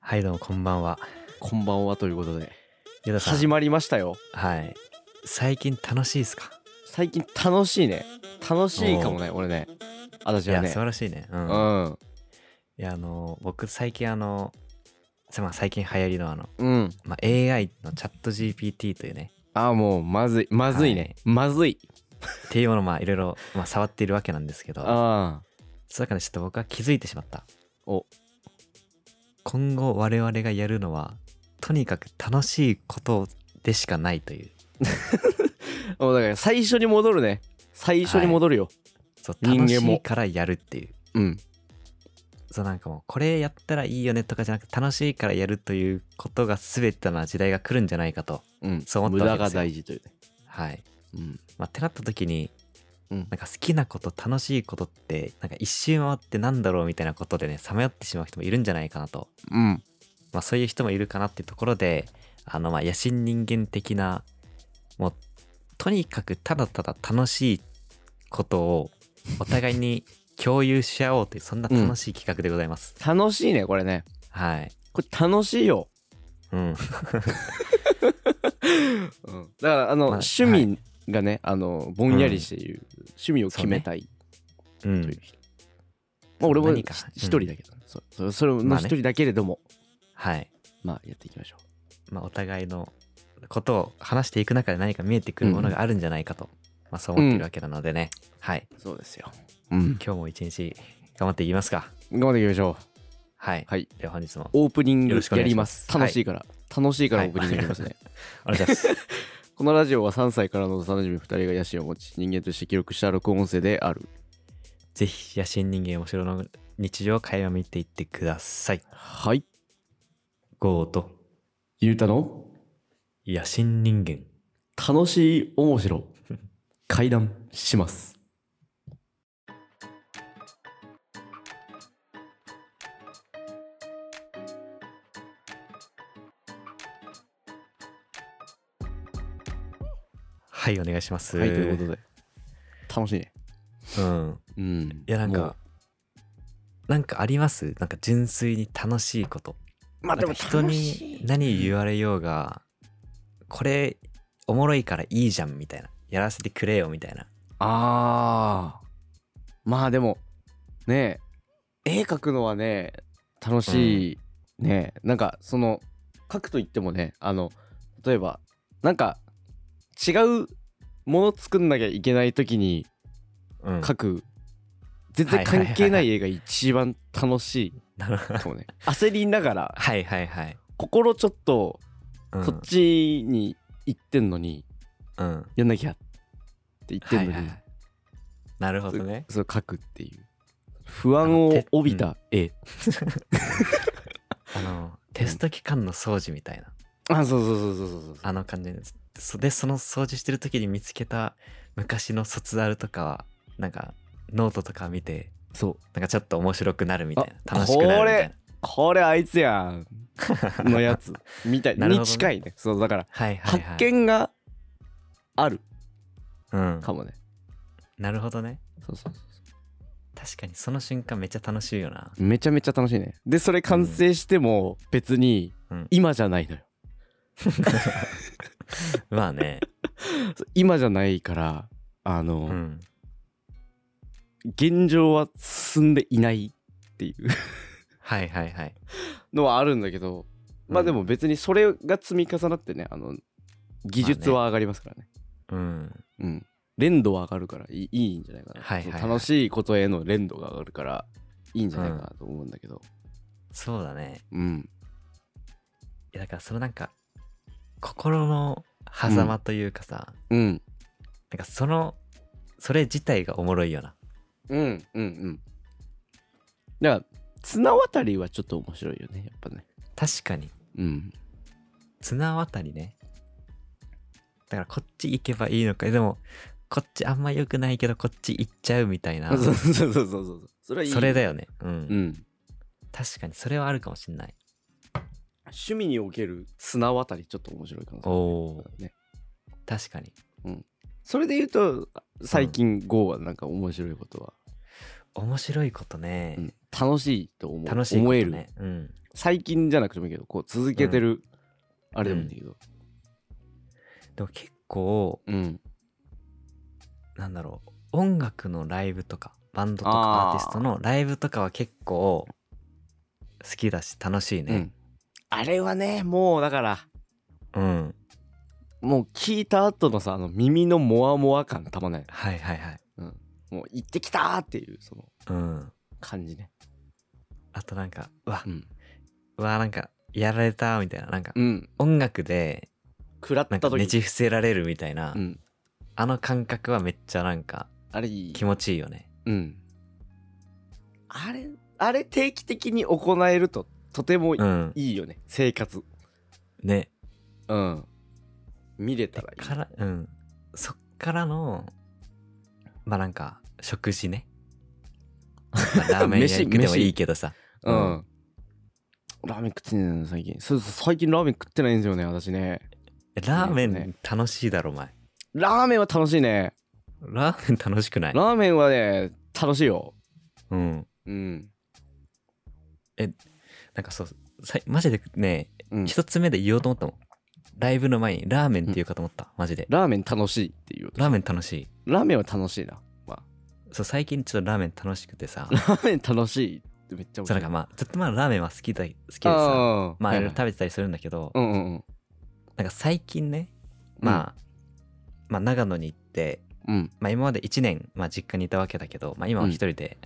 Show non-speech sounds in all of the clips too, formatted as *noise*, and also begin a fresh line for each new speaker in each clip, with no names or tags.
はいどうもこんばんは
こんばんはということで
ヨダさ
始
ん
まりましたよ
はい最近楽しいですか
最近楽しいね楽しいかもね俺ね私
い
は
や
ね
素晴らしいねうん、
う
い
ん
やあの僕最近あのさまあ最近流行りのあの、
うん
まあ、AI のチャット GPT というね
あーもうまずいまずいね、
はい
まずい
っていうものをまあいろいろまあ触っているわけなんですけど
あ
その中でちょっと僕は気づいてしまった
お
今後我々がやるのはとにかく楽しいことでしかないという
ーもうだから最初に戻るね最初に戻るよ、
そう
人
楽し
間も
いからやるっていう
うん
そうなんかもうこれやったらいいよねとかじゃなくて楽しいからやるということが全てな時代が来るんじゃないかと
うん
そう思
無
ったわけで
駄が
すよ
大事というね
はい、
うん
まあ、ってなった時に
うん
なんか好きなこと楽しいことってなんか一周回ってなんだろうみたいなことでねさまよってしまう人もいるんじゃないかなと、
うん
まあ、そういう人もいるかなっていうところであのまあ野心人間的なもうとにかくただただ楽しいことをお互いに共有し合おうというそんな楽しい企画でございます、
楽しいねこれね
はい
これ楽しいよ、
うん
うん、だからあ
ま
の、
あ
趣味がね、あのぼんやりしている、趣味を決めたい
うん
という人、まあ俺も
何か
ひ
うん
一人だけどね、そうそれそれの一人だけれども、
はい
まあやっていきましょ
まあ、お互いのことを話していく中で何か見えてくるものがあるんじゃないかと、まあ、そう思っているわけなのでね、はいう
そうですようん
今日も一日頑張っていきますか
頑張っていきましょう
はい、
はい
では本日も
オープニン
よ
グ
ろしくお
や
願い
り
し
ま
ます
す楽しいから、楽しいからオープニングやります *laughs* ね、
お願いします
*laughs* このラジオは3歳からの幼馴染2人が野心を持ち人間として記録した録音音声である
ぜひ野心人間お城の日常を垣間見ていってください
はい
ゴーと
ゆうたの
野心人間
楽しい面 *laughs* 白会談します
はいお願いします
はいということで楽しいね
うん
うん
いやなん
もう
かなんかありますなんか純粋に楽しいこと
まあ
な
で
んか
も
人
楽し
に
い
何言われようがこれおもろいからいいじゃんみたいなやらせてくれよみたいな
あーまあでもねえ絵描くのはね楽しい、ねえなんかその描くといってもねあの例えばなんか違うもの作んなきゃいけない時に
うん
描く、全然
はいはいはい
関係ない絵が一番楽し
なるほ
い
ど *laughs*
かもね焦りながら
はいはいはい
心ちょっと
うん
そっちに行ってんのに、
うん
やんなきゃって言ってん
は
の
い
に、
はいはいなるほどね
そう書くっていう不安を帯びた絵
あのテスト期間の掃除みたいな
あそうそうそうそうそうそう
あの感じですそでその掃除してる時に見つけた昔の卒アルとかはなんかノートとか見て
そう
なんかちょっと面白くなるみたいな
あ
楽しくなるみたいな
これあいつやんのや *laughs* つみたい
なるほど
に
ね
近いねそうだから
はいはいはい
発見がある
うん
かもね、
なるほどね
そうそう
確かにその瞬間めっちゃ楽しいよな
そうめちゃめちゃ楽しいねでそれ完成しても別に
うん
今じゃないのよ、
まあ
*laughs*
ね
そう今じゃないからあ
う
の、
ん
現状は進んでいないっていう *laughs*
はいはいはい
のはあるんだけどまあでも別にそれが積み重なってねあの技術は上がりますからね
うん
うん、連動上がるからいいいいんじゃないかな、
はいはいはい
その楽しいことへの連動が上がるからいいんじゃないかなと思うんだけど、
そうだね
うん、
いやだからそのなんか心の狭間というかさ、
うん、うん、
なんかそのそれ自体がおもろいよな
うん、うん、だから綱渡りはちょっと面白いよね、やっぱね。
確かに
うん、
綱渡りねだからこっち行けばいいのかでもこっちあんま良くないけどこっち行っちゃうみたいな
*laughs* そうそうそうそうそう、それはいい。
それだよねうん、
うん、
確かにそれはあるかもしんない
趣味における綱渡りちょっと面白いかな。
おー
ね、
確かに
それで言うと最近 GO はなんか面白いことは、
面白いことね、
うん楽しいと思う
楽しいこと、ね、
思える
うん
最近じゃなくてもいいけどこう続けてる、あれでもいいんだけど
でも結構
うん
なんだろう音楽のライブとかバンドと
あー
かアーティストのライブとかは結構好きだし楽しい
うん、
ね
あれはねもうだから
うん、
もう聞いた後のさあの耳のモワモワ感たまんない
はいはいはい
もう行ってきたーっていうその
うん
感じね
あとなんかうわ、
ん、
うわなんかやられたみたいななんか
うん、
音楽で
食らった
なんか
時
ねじ伏せられるみたいな、
うん、
あの感覚はめっちゃなんか
あれいい
気持ちいいよね
うんあれあれ定期的に行えるととてもい
うん
いよね、生活
ね
うん見れた
だ
らいい
からうんそっからのまあなんか食事ね、まあラーメン屋行くでもいいけどさ
うん、ラーメン食ってないの最近そうそう最近ラーメン食ってないんですよね私ね
ラーメ
ね
ン楽しいだろお前
ラーメンは楽しいね
ラーメン楽しくない
ラーメンはね楽しいよ
うん。
うん、
なんかそう、さいマジでね、
うん、
一つ目で言おうと思ったもん。ライブの前にラーメンって言うかと思った、マジで。
ラーメン楽しいっていう
ラーメン楽しい。
ラーメンは楽しいなまあ
そう、最近ちょっとラーメン楽しくてさ、
ラーメン楽しいってめっちゃ
そうなんか
好
まあ、ずっとまあラーメンは好きだ、好きで
きで
さ、
さ
まあいろいろ
食
食べてたりするんだけど、
うんうん
なんか最近ね、まあ、まあ長野に行って、
うんうん
まあ今まで1年、まあ実家にいたわけだけど、まあ今は一人で、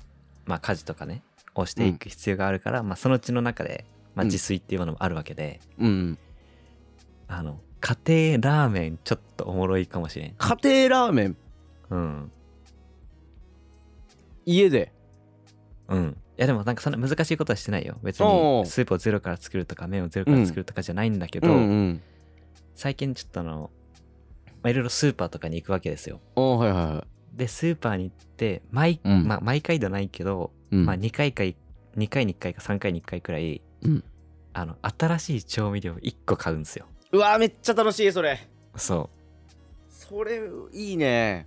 まあ家事とかね、をしていく必要があるから、まあそのうちの中で、まあ
うん
自炊っていうものもあるわけで、
うん
あの家庭ラーメンちょっとおもろいかもしれん。
家庭ラーメン
うん。
家で
うん。いやでもなんかそんな難しいことはしてないよ。別
おうおう
にスープをゼロから作るとか麺をゼロから作るとかじゃないんだけど、
うん
最近ちょっとあの、まあ、いろいろスーパーとかに行くわけですよ。
おはいはいは
でスーパーに行って毎,、
うん
まあ、毎回ではないけど、
い、うん
まあ、2回か2回に1回か3回に1回くらい、
うん
あの新しい調味料1個買うんですよ。
うわーめっちゃ楽しいそれ
そう。
それいいね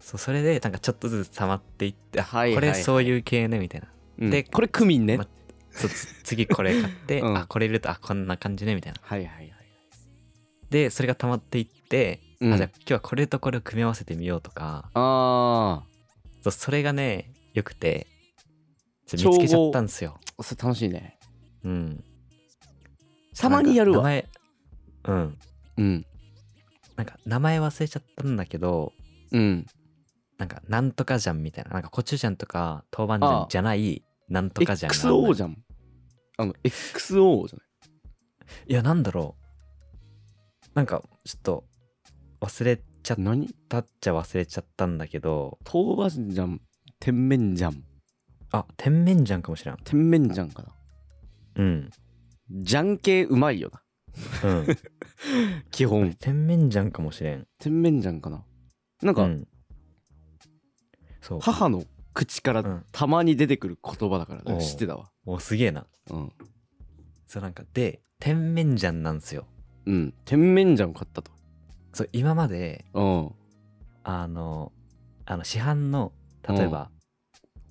そうそれでなんかちょっとずつ溜まっていって、あ
はいはいはい
これそういう系ねみたいな。
で
で
これクミンね
まそうつ
*laughs*
次これ買って、
うん
あこれ入れるとあこんな感じねみたいな
はいはいはい
でそれが溜まっていって、
うん
あじゃあ今日はこれとこれを組み合わせてみようとか
あ
そうそれがねよくてちょっと見つけちゃったんですよ、
ーそれ楽しいね
うん、
たまにやるわ
なんか名前うん
うん
なんか名前忘れちゃったんだけど
うん
なんかなんとかじゃんみたいななんかコチュジャンとか豆板醤じゃないなんとかじゃんがあんの
XO じゃんあの XO じゃない
いやなんだろうなんかちょっと忘れちゃっ
何
たっちゃ忘れちゃったんだけど
豆板醤甜麺醤
あ、甜麺醤かもしれん。
甜麺醤かな
うん。
醤系うまいよな *laughs*
うん。
基本
甜麺醤かもしれん。
甜麺醤かななんか、
うん、そう。
母の口か
う
ら
ん。
たまに出てくる言葉だから、
おう
知ってたわ
お、すげえな。
うん、
そう、なんか、で、甜麺醤なんですよ。
うん、甜麺醤買ったと
そう、今まで、
うん
あの、あの市販の、例えば、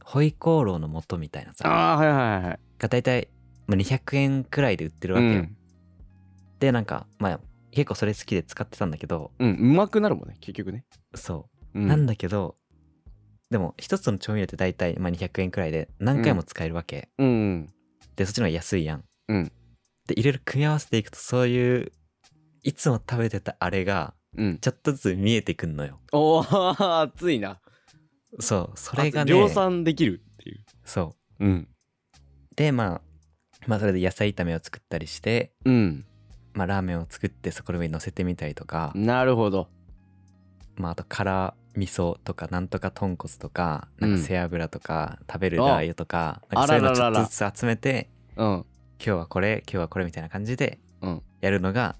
ホイコーローの素みたいなさ、
ああーはいはいはいはい
が大体、まあ、200円くらいで売ってるわけよ。で、なんか、まあ、結構それ好きで使ってたんだけど、
うん、うん、うまくなるもんね結局ね、
そう。
う
なん
だ
だけど、でも一つの調味料って大体、まあ、200円くらいで何回も使えるわけ、
うん
でそっちの方が安いやん、
うん
でいろいろ組み合わせていくとそういういつも食べてたあれが
うん
ちょっとずつ見えてくんのよ
おお熱いな
そうそれがね
量産できるっていう
そ
うん
うでまあまあそれで野菜炒めを作ったりして
うん
まあラーメンを作ってそこの上に乗せてみたりとか、
なるほど
まああと辛味噌とかなんとか豚骨とかなん
うん
か背脂とか食べるラー油とか,、なんかそういうのをちょっとずつ集めて
うん
今日はこれ今日はこれみたいな感じで
うん
やるのが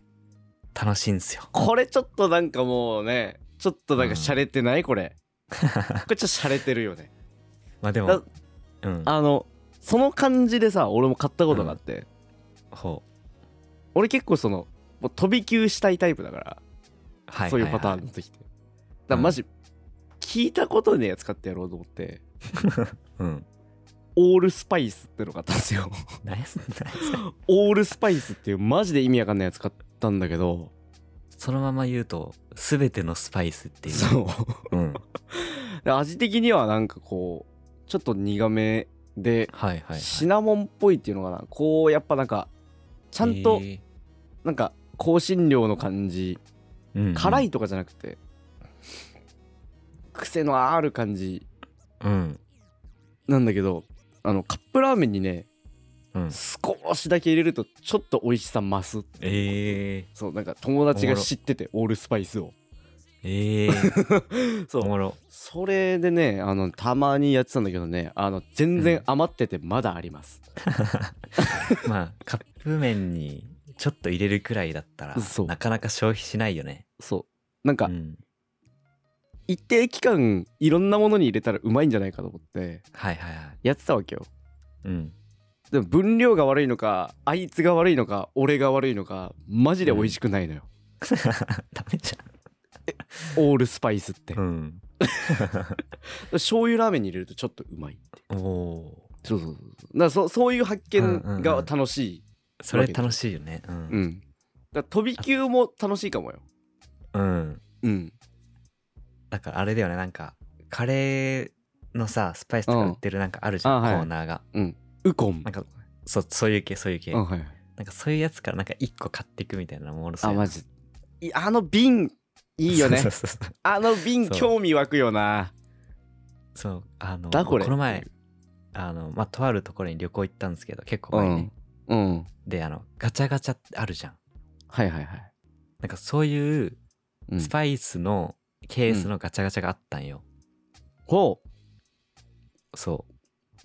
楽しいんですよ。
これちょっとなんかもうねちょっとなんか洒落てないこれ
*laughs*
これちょっと洒落てるよね
まあで
だ
も、うん、
あのその感じでさ俺も買ったことがあって、
ほう
俺結構そのもう飛び級したいタイプだから、
はい
そういうパター
は
ン
い
の時ってだからマジ、聞いたことねえやつ買ってやろうと思って
はいうん
オールスパイスってのがあったんです
*laughs*
よ
何やそんな
オールスパイスっていうマジで意味わかんないやつ買ったんだけど
そのまま言うと全てのスパイスっていう、
そう
ん、
う味的にはなんかこうちょっと苦めで
はいはい、はい、
シナモンっぽいっていうのかなこうやっぱなんかちゃんと
えー
なんか香辛料の感じ
うんうん
辛いとかじゃなくて癖のある感じ
うん
なんだけどあのカップラーメンにね
うん
少しだけ入れるとちょっと美味しさ増す
えー、
そうなんか友達が知っててオールスパイスを
えー、
*laughs* そ
お
う
もろ
それでねあのたまにやってたんだけどねあの全
う
然
ん
余っててまだあります、
まあカップ麺にちょっと入れるくらいだったら
そう
なかなか消費しないよね
そうなんか
うん、
一定期間いろんなものに入れたらうまいんじゃないかと思って
はいはいはい
やってたわけよ
うん
でも分量が悪いのかあいつが悪いのか俺が悪いのかマジで美味しくないのよ、
ダメじ
オールスパイスって、
ゃん。うん。
醤油ラーメンに入れるとちょっとうまい
おお
そうそうそうそうだからそそういう発見が楽しい
ー。それ楽しいよね。う
うん、
ん。
だから飛び級も楽しいかもよ
うん。
うん
だからあれだよね、なんか、カレーのさ、スパイスとか売ってるなんかあるじゃん、
うんあはい
コーナーが。
ウコン
なんか、そそういう系、そういう系。
うんはいはい
なんかそういうやつからなんか一個買っていくみたいなもの
あマジいあの瓶い
い
いよね
そうそうそう。
あの瓶
そう
興味湧くよな
そうあの、
だこれ
の前、あの、まあ、とあるところに旅行行ったんですけど、結構前ね。
うん、うん、
で、あの、ガチャガチャってあるじゃん。
はいはいはい、
なんかそういう
うん
スパイスのケースのガチャガチャがあったんよ。
ほ
そう。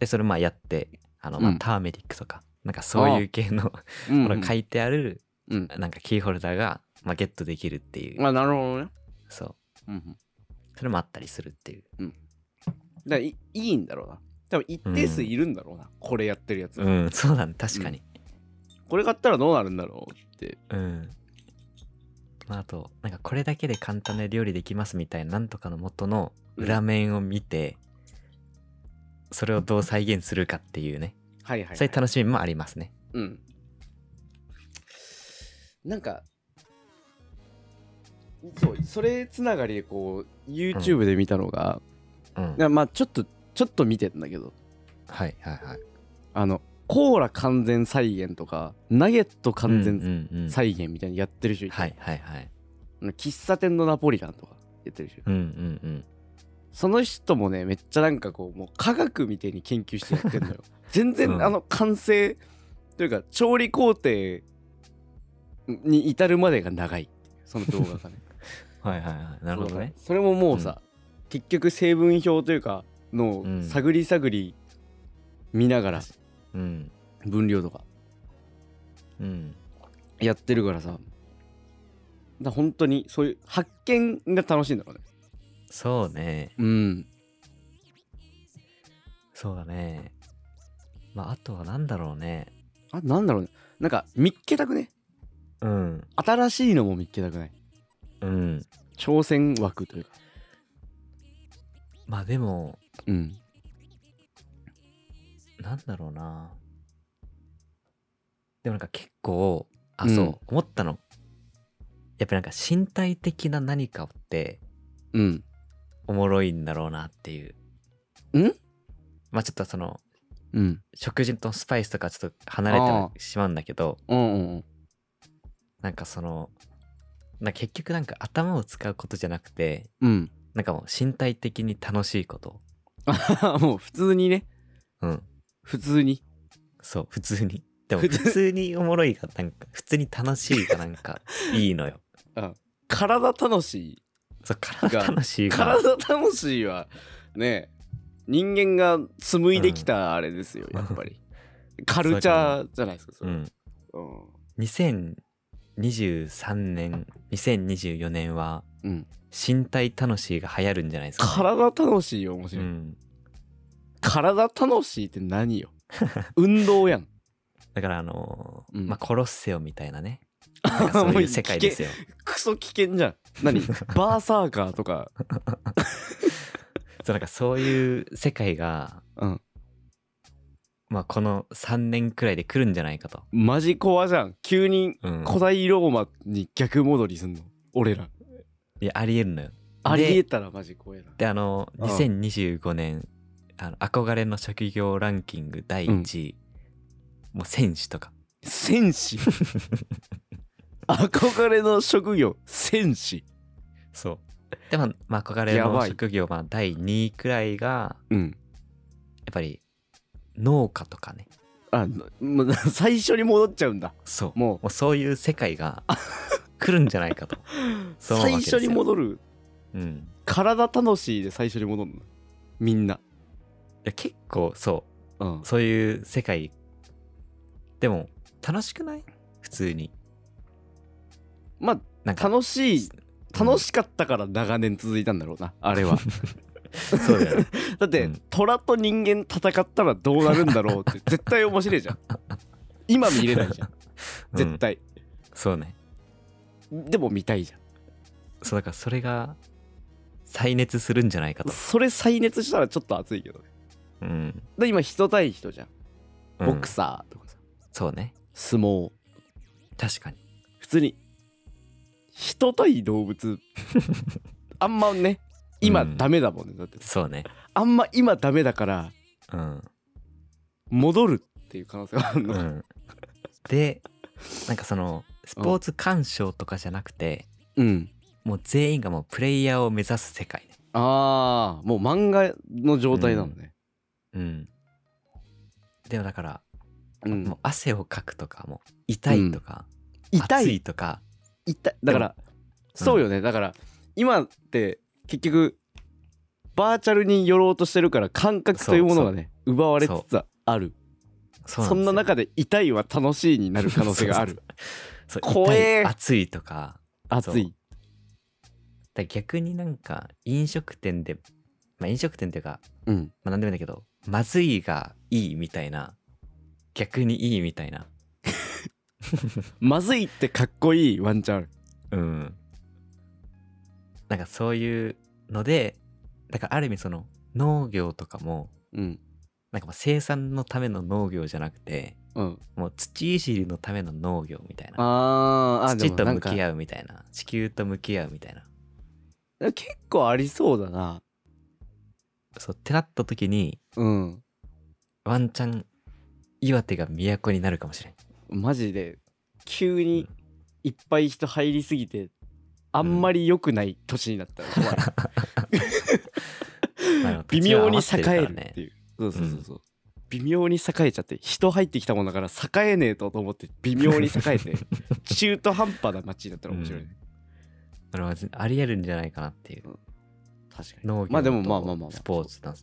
で、それまあやって、あの、まあ
うん
ターメリックとか、なんかそういう系の、
う、うん
この書いてある、
うん
なんかキーホルダーが、まあ、ゲットできるっていう、
まあなるほどね
そう。
うんうん
それもあったりするっていう。
だからいいいんだろうな多分一定数いるんだろうな、これやってるやつ、
うん、そうだね、確かに。
これ買ったらどうなるんだろうって
うん。まあ、あと、なんかこれだけで簡単な料理できますみたいな、なんとかの元の裏面を見て、それをどう再現するかっていうね、
はいはい、はい、
そういう楽しみもありますね。
うんなんかそうそれつながりでこう YouTube で見たのが、
うん。
なまあちょっとちょっと見てんだけど
はいはいはい。
あのコーラ完全再現とかナゲット完全
うんうんうん
再現みたいにやってる人いて、
はいはいはい。
あの喫茶店のナポリタンとかやってる人
うんうんうん。
その人もねめっちゃなんかこうもう科学みたいに研究してやってんの
*laughs*
よ全然、
うん
あの完成というか調理工程に至るまでが長いその動画がね
はいはいはい。 *laughs* なるほどね。
それももうさ、結局成分表というかのを
うん
探り探り見ながら
うん。
分量とか
うん。
やってるからさだから本当にそういう発見が楽しいんだろうね
そうね。
うん
そうだね。まあ、あとはなんだろうね。
あなんだろうねなんか見っけたくね
うん。
新しいのも見っけたくない
うん。
挑戦枠というか
まあでも、
うん
なんだろうな。でもなんか結構、あ、
うん
そう、思ったの。やっぱなんか身体的な何かって
うん
おもろいんだろうなっていう。
ん
まあちょっとその、
うん
食事とスパイスとかちょっと離れては
あ
しまうんだけど、
うんうん
なんかその、なんか結局なんか頭を使うことじゃなくて、
うん *laughs*
なんかもう身体的に楽しいこと。
もう普通にね
うん。
普通に
そう、普通に。でも
普
普
通
通におもろいが、なんか、普通に楽しいがなんか、
*laughs*
いいのよ。
体楽し
そう、体楽しい
い
が。
体楽しいはね人間が紡いできたあれですよ、
うん
やっぱりカルチャーじゃないですかそうれ、
ん。
うん
2023年、2024年は、
うん
身体楽しいが流行るんじゃないですか、
体楽しいよ面
う
白い、
ん。
体楽しいって何
*laughs*
よ運動やん
だから、あのー
うん
まあ、コロッセオみたいなね。
*laughs*
なんか
そ
そういう世界ですよ。
クソ危険じゃん
*laughs*
何バーサーカーとか
そう、なんかそういう世界が、
うん
まあ、この3年くらいで来るんじゃないかと。
マジ怖じゃん急に
うん、
古代ローマに逆戻りすんの俺ら
いやありえるのよ。
ありえたらマジ怖えな
であの
うん
2025年あの憧れの職業ランキング第1位、もう選手とか *laughs*
戦士憧れの職業戦士
そうでも、まあ、憧れ
や
の
ばい
職業まあ第2位くらいが
うん
やっぱり農家とかね
あもう最初に戻っちゃうんだ
そうも
も
うそういう世界が来るんじゃない
*laughs*
かと
う
そうなわけ
最
ですよ
初に戻る
うん
体楽しいで最初に戻るのみんない
や結構そ
うん
うそういう世界でも楽しくない普通に
ま
なん
あ
か
楽しい
うん
楽しかったから長年続いたんだろうなあ *laughs* れは
そうだよね
だって、
うん
虎と人間戦ったらどうなるんだろうって絶対面白い
*laughs*
じゃん今見れないじゃん
うん
絶対、
そうね
でも見たいじゃん
そうだからそれが再熱するんじゃないかと
それ再熱したらちょっと熱いけどね
うん、
で今人対人じゃん
うん
ボクサーとかさ、
そうね
相撲
確かに
普通に人対動 *laughs* 物あんまね今
うん
ダメだもんねだって
そうね
あんま今ダメだから
うん、
戻るっていう可能性があるの
う
か、
ん、でなんかそのスポーツ鑑賞とかじゃなくて、
うん、
もう全員がもうプレイヤーを目指す世界ね
ああもう漫画の状態なのね、
うんでもだから、
うん
もう汗をかくとかもう痛いとか、
痛
暑
い
いとか
痛いだ
で
からそうよね、だから今って結局バーチャルに寄ろうとしてるから感覚というものがね奪われつつある
そ
そ
うん
な中で痛いは楽しいになる可能性があ *laughs*
そ
る
う *laughs* そうそう
怖
痛
え
い暑いとか
熱い
だから逆になんか飲食店で、まあ、飲食店というか
うん
まあ、なんでもいいんだけど、まずいがいいみたいな、逆にいいみたいな。
まずいってかっこいいワンチャンある
うん。なんかそういうので、だからある意味その農業とかも、
うん
なんかまあ生産のための農業じゃなくて、
うん
もう土いじりのための農業みたいな。
あーあで
土
も
と
なん
向
か
き合うみたいな。地球と向き合うみたいな。
結構ありそうだな
そう、ってなった時に、
うん
ワンチャン、岩手が都になるかもしれ
*laughs*
ん。
マジで急にいっぱい人入りすぎてあんまり良くない年になったら怖い
まあでも
*laughs* 微妙に栄えるっていう。そう
そうそう
そう。微妙に栄えちゃって人入ってきたもんだから栄えねえとと思って微妙に栄え *laughs* て中途半端な街になったら面白いね、
あのありえるんじゃないかなっていう。
確か
農業
まあでもまあまあまあまあ
とスポーツの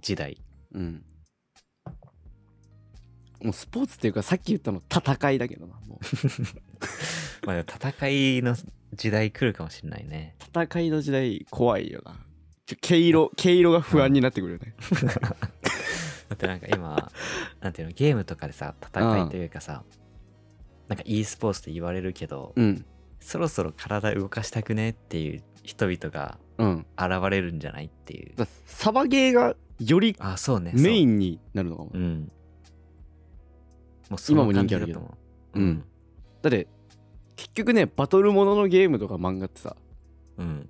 時代
にうんもうスポーツっていうかさっき言ったの戦いだけどなもう
まあでも戦いの時代来るかもしれないね
戦いの時代怖いよなちょ毛色毛色が不安になってくるよね、
だってなんか今
*laughs*
なんていうのゲームとかでさ戦いというかさ、なんか e スポーツって言われるけど、
うん
そろそろ体動かしたくねっていう人々が
うん
現れるんじゃないっていう
だサバゲーがより
あそうね
メイ
ン
ンになるのかも、
うんもうその
今も人気あ
感じ
るけ
だ
ど
と思う
うんだって結局ねバトルもののゲームとか漫画ってさ
うん、うん、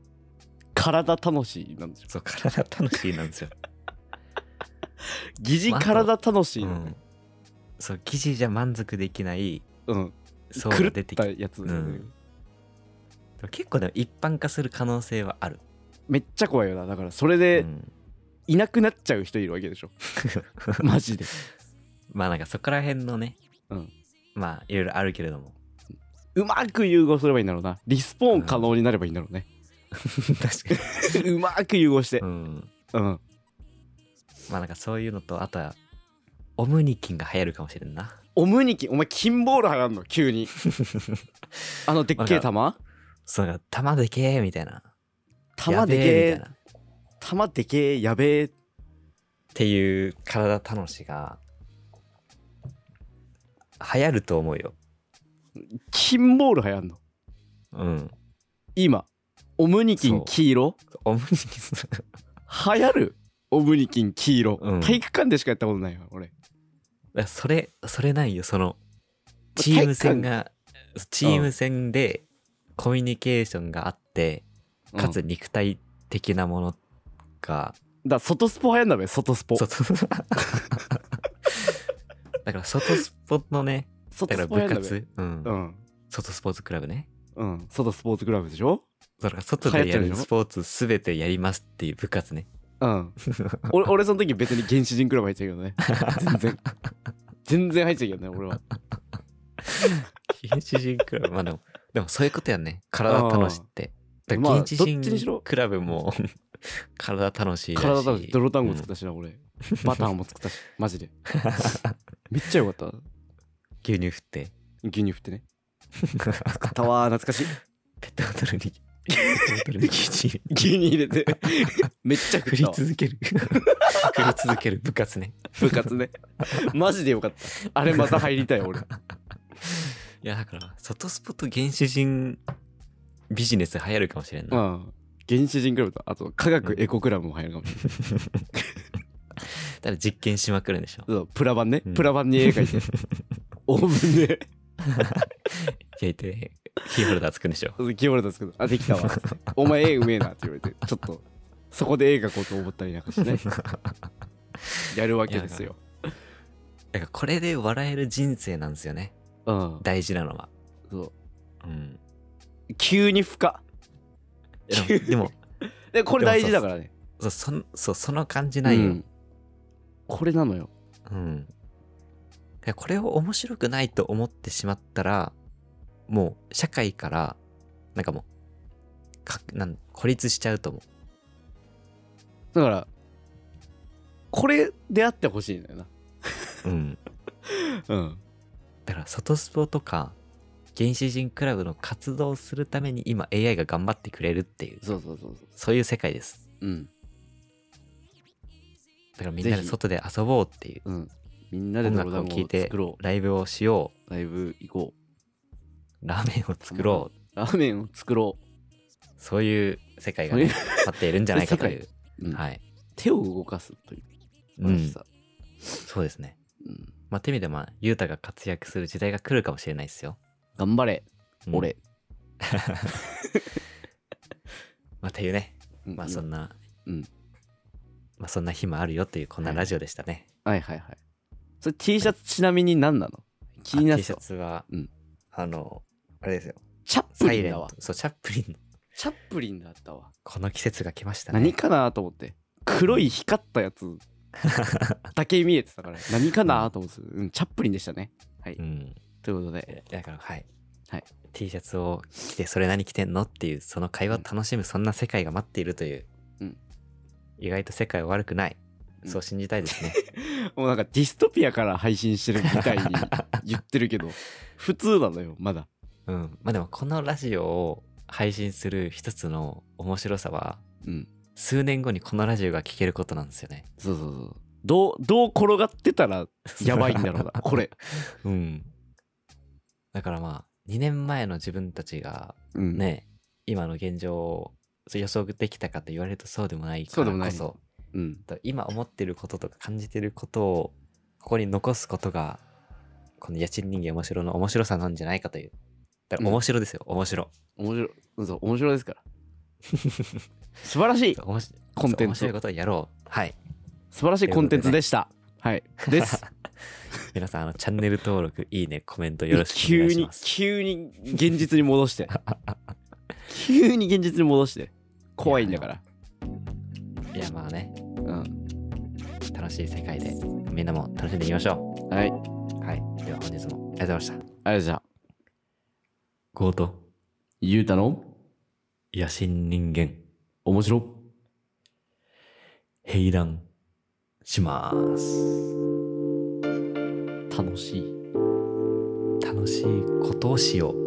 体楽しいなんでしょ
そう体楽しいなんですよ、
疑似体楽し
う
いの
ん
ね、、
そう記事じゃ満足できない
うん、
そ
狂
う
っ
出てき
た
て
やつ、
うんでも結構でも一般化する可能性はある、
めっちゃ怖いよなだからそれ
う
で
ん *laughs*
いなくなっちゃう人いるわけでしょ、マジで
まあなんかそこら辺のね、
うん
まあいろいろあるけれど
*laughs*
も
うまく融合すればいいんだろうなリスポーン可能になればいいんだろうね、
確か
うまく融合して
に、うん、
うん
まあなんかそういうのとあとはオムニキンが流行るかもしれんな
オムニキお前金ボール払うの急
*laughs*
にあのでっけえ玉
そうなんか玉でけえみたいな
玉でけ
やべえみ
え
たいなっ
玉でけえやべえ
ていう体楽しが流行ると思うよ
金ボール流行んの
うん
今オムニキ
そ
ン
う
黄色
オムニキン
流行るオムニキン黄色、
うん
体育館でしかやったことないわ俺
から *laughs* それそれないよそのチーム戦がチーム戦でコミュニケーションがあってか
う
つ
ん
肉体的なものが、
だから外スポはやんだべ外スポ
そう *laughs* そうそうだから外スポのねだ
外
から
スポや
部
んだべ
活、うん
うん
外スポーツクラブね
うん外スポーツクラブでしょ
だから外
流
で
行って
や
るでしょ
るスポーツすべてやりますっていう部活ね
*laughs* うん俺俺その時別に原始人クラブ入っちゃうけどね全然全然入っちゃうけどね俺は
原始人クラブまあでもでもそういうことやんね体楽しってだから
まあ
原始
どっちにしろ
人クラブも体楽しいらしい
体だし泥団子作っ
うん
たしな、俺バターも作ったしマジでめっちゃよかった
牛乳振って
牛乳振ってねタワー懐かしい
ペットボトルにペットボトルに牛
*laughs*
乳
牛乳入れてめっちゃ
振
食
り
ったわ
続ける振り続ける部活ね
部活ねマジでよかったあれまた入りたい俺
いやだから外スポと原始人ビジネス流行るかもしれん
う
な、
ん原始人クラブとあと科学エコクラブも入るかもしれない
だから実験しまくるんでしょ
そうプラ版ね、
うん
プラ版に
*laughs*
絵描いてオーブンで
焼いてキーホルダーつくんでしょ
決まれたんですけど「あできたわ」お前絵うめえな」って言わ
*laughs*
れてちょっとそこで絵描こうと思ったりなんかしてねやるわけですよ。
だからこれで笑える人生なんですよね
うん、
大事なのは
そ
うん
う急に負荷
いやでもでも
でこれ大事だからね。
そうそんそうその感じないよ、う
うんんこれなのよ。
いやこれを面白くないと思ってしまったらもう社会からなんかもうかなん孤立しちゃうと思う
だからこれであってほしいんだよな。
うん、
うん、
だから外スポとか原始人クラブの活動をするために今 AI が頑張ってくれるっていう
そうそうそうそ
そういう世界です
う。うん
だからみんな
ぜ
で
ひ
外で遊ぼうっていう
うん、みんなで泥団
音楽
子
を聴
を
いて
作ろ
ライブをしよ
う。ライブ行こ
うラーメンを作ろう
う。ラーメンを作ろ
そういう世界が、ね、待っているんじゃないかという、
う。うん
はい、
手を動かすという素
う
晴らし
ん、
さ。
そうですね
うん
まあてみでまあ雄太が活躍する時代が来るかもしれないですよ、
頑張れ、
うん
俺。
まあっていうねまあそ
の
んな、
うん
まあそんな日もあるよというこんなラジオでしたね、
はいはいはい。それ T シャツちなみに何なの気にな
あ
っ
T
て
シ
た
ャ。ツは、
うん
あのあれですよ
チャップ
サ
リ
イ
ン
レン
だわ
ト。そうチャップリンの
チャップリンだったわ。
この季節が来ましたね
何かなと思って。黒い光った
*laughs*
やつだけ見えてたから、何かなと思ってた。うん、チャップリンでしたね。はい。
うん
ということで、
だからはい、
はい、
T シャツを着てそれ何着てんのっていうその会話を楽しむそんな世界が待っているという、
うん
意外と世界は悪くない、
うん
そう信じたいですね
もうなんかディストピアから配信してるみた
*laughs*
いに言ってるけど、普通なのよ、まだ。
うんまあでもこのラジオを配信する一つの面白さは
うん。
数年後にこのラジオが聴けることなんですよね
そうそうそう。どう、どう転がってたら *laughs* やばいんだろうな、これ。
うんだからまあ2年前の自分たちが
うん。
ね、今の現状をそう予測できたかと言われるとそうでもない
そ
か
うで
ら
もな
こ
い
そ
うん。
と今思ってることとか感じてることをここに残すことがこの家賃人間面白の面白さなんじゃないかというだから
うん
面白ですよ、面白
面白いうんそう面白いですから *laughs* 素晴らしい
おもし
コンテン
面
ツ
白いことをやろうはい
素晴らしいコンテンツでしたはいです *laughs*
皆さんあのチャンネル登録いいねコメントよろしくお願いします
急に急に現実に戻して *laughs* 急に現実に戻して怖いんだから
いやまあね
うん
楽しい世界でみんなも楽しんでいきましょ
はいありがとう
うはいでは本日もありがとうございました
ございました
強盗
ゆうたの
野心人間
面白
閉壇します
楽しい
楽しいことをしよう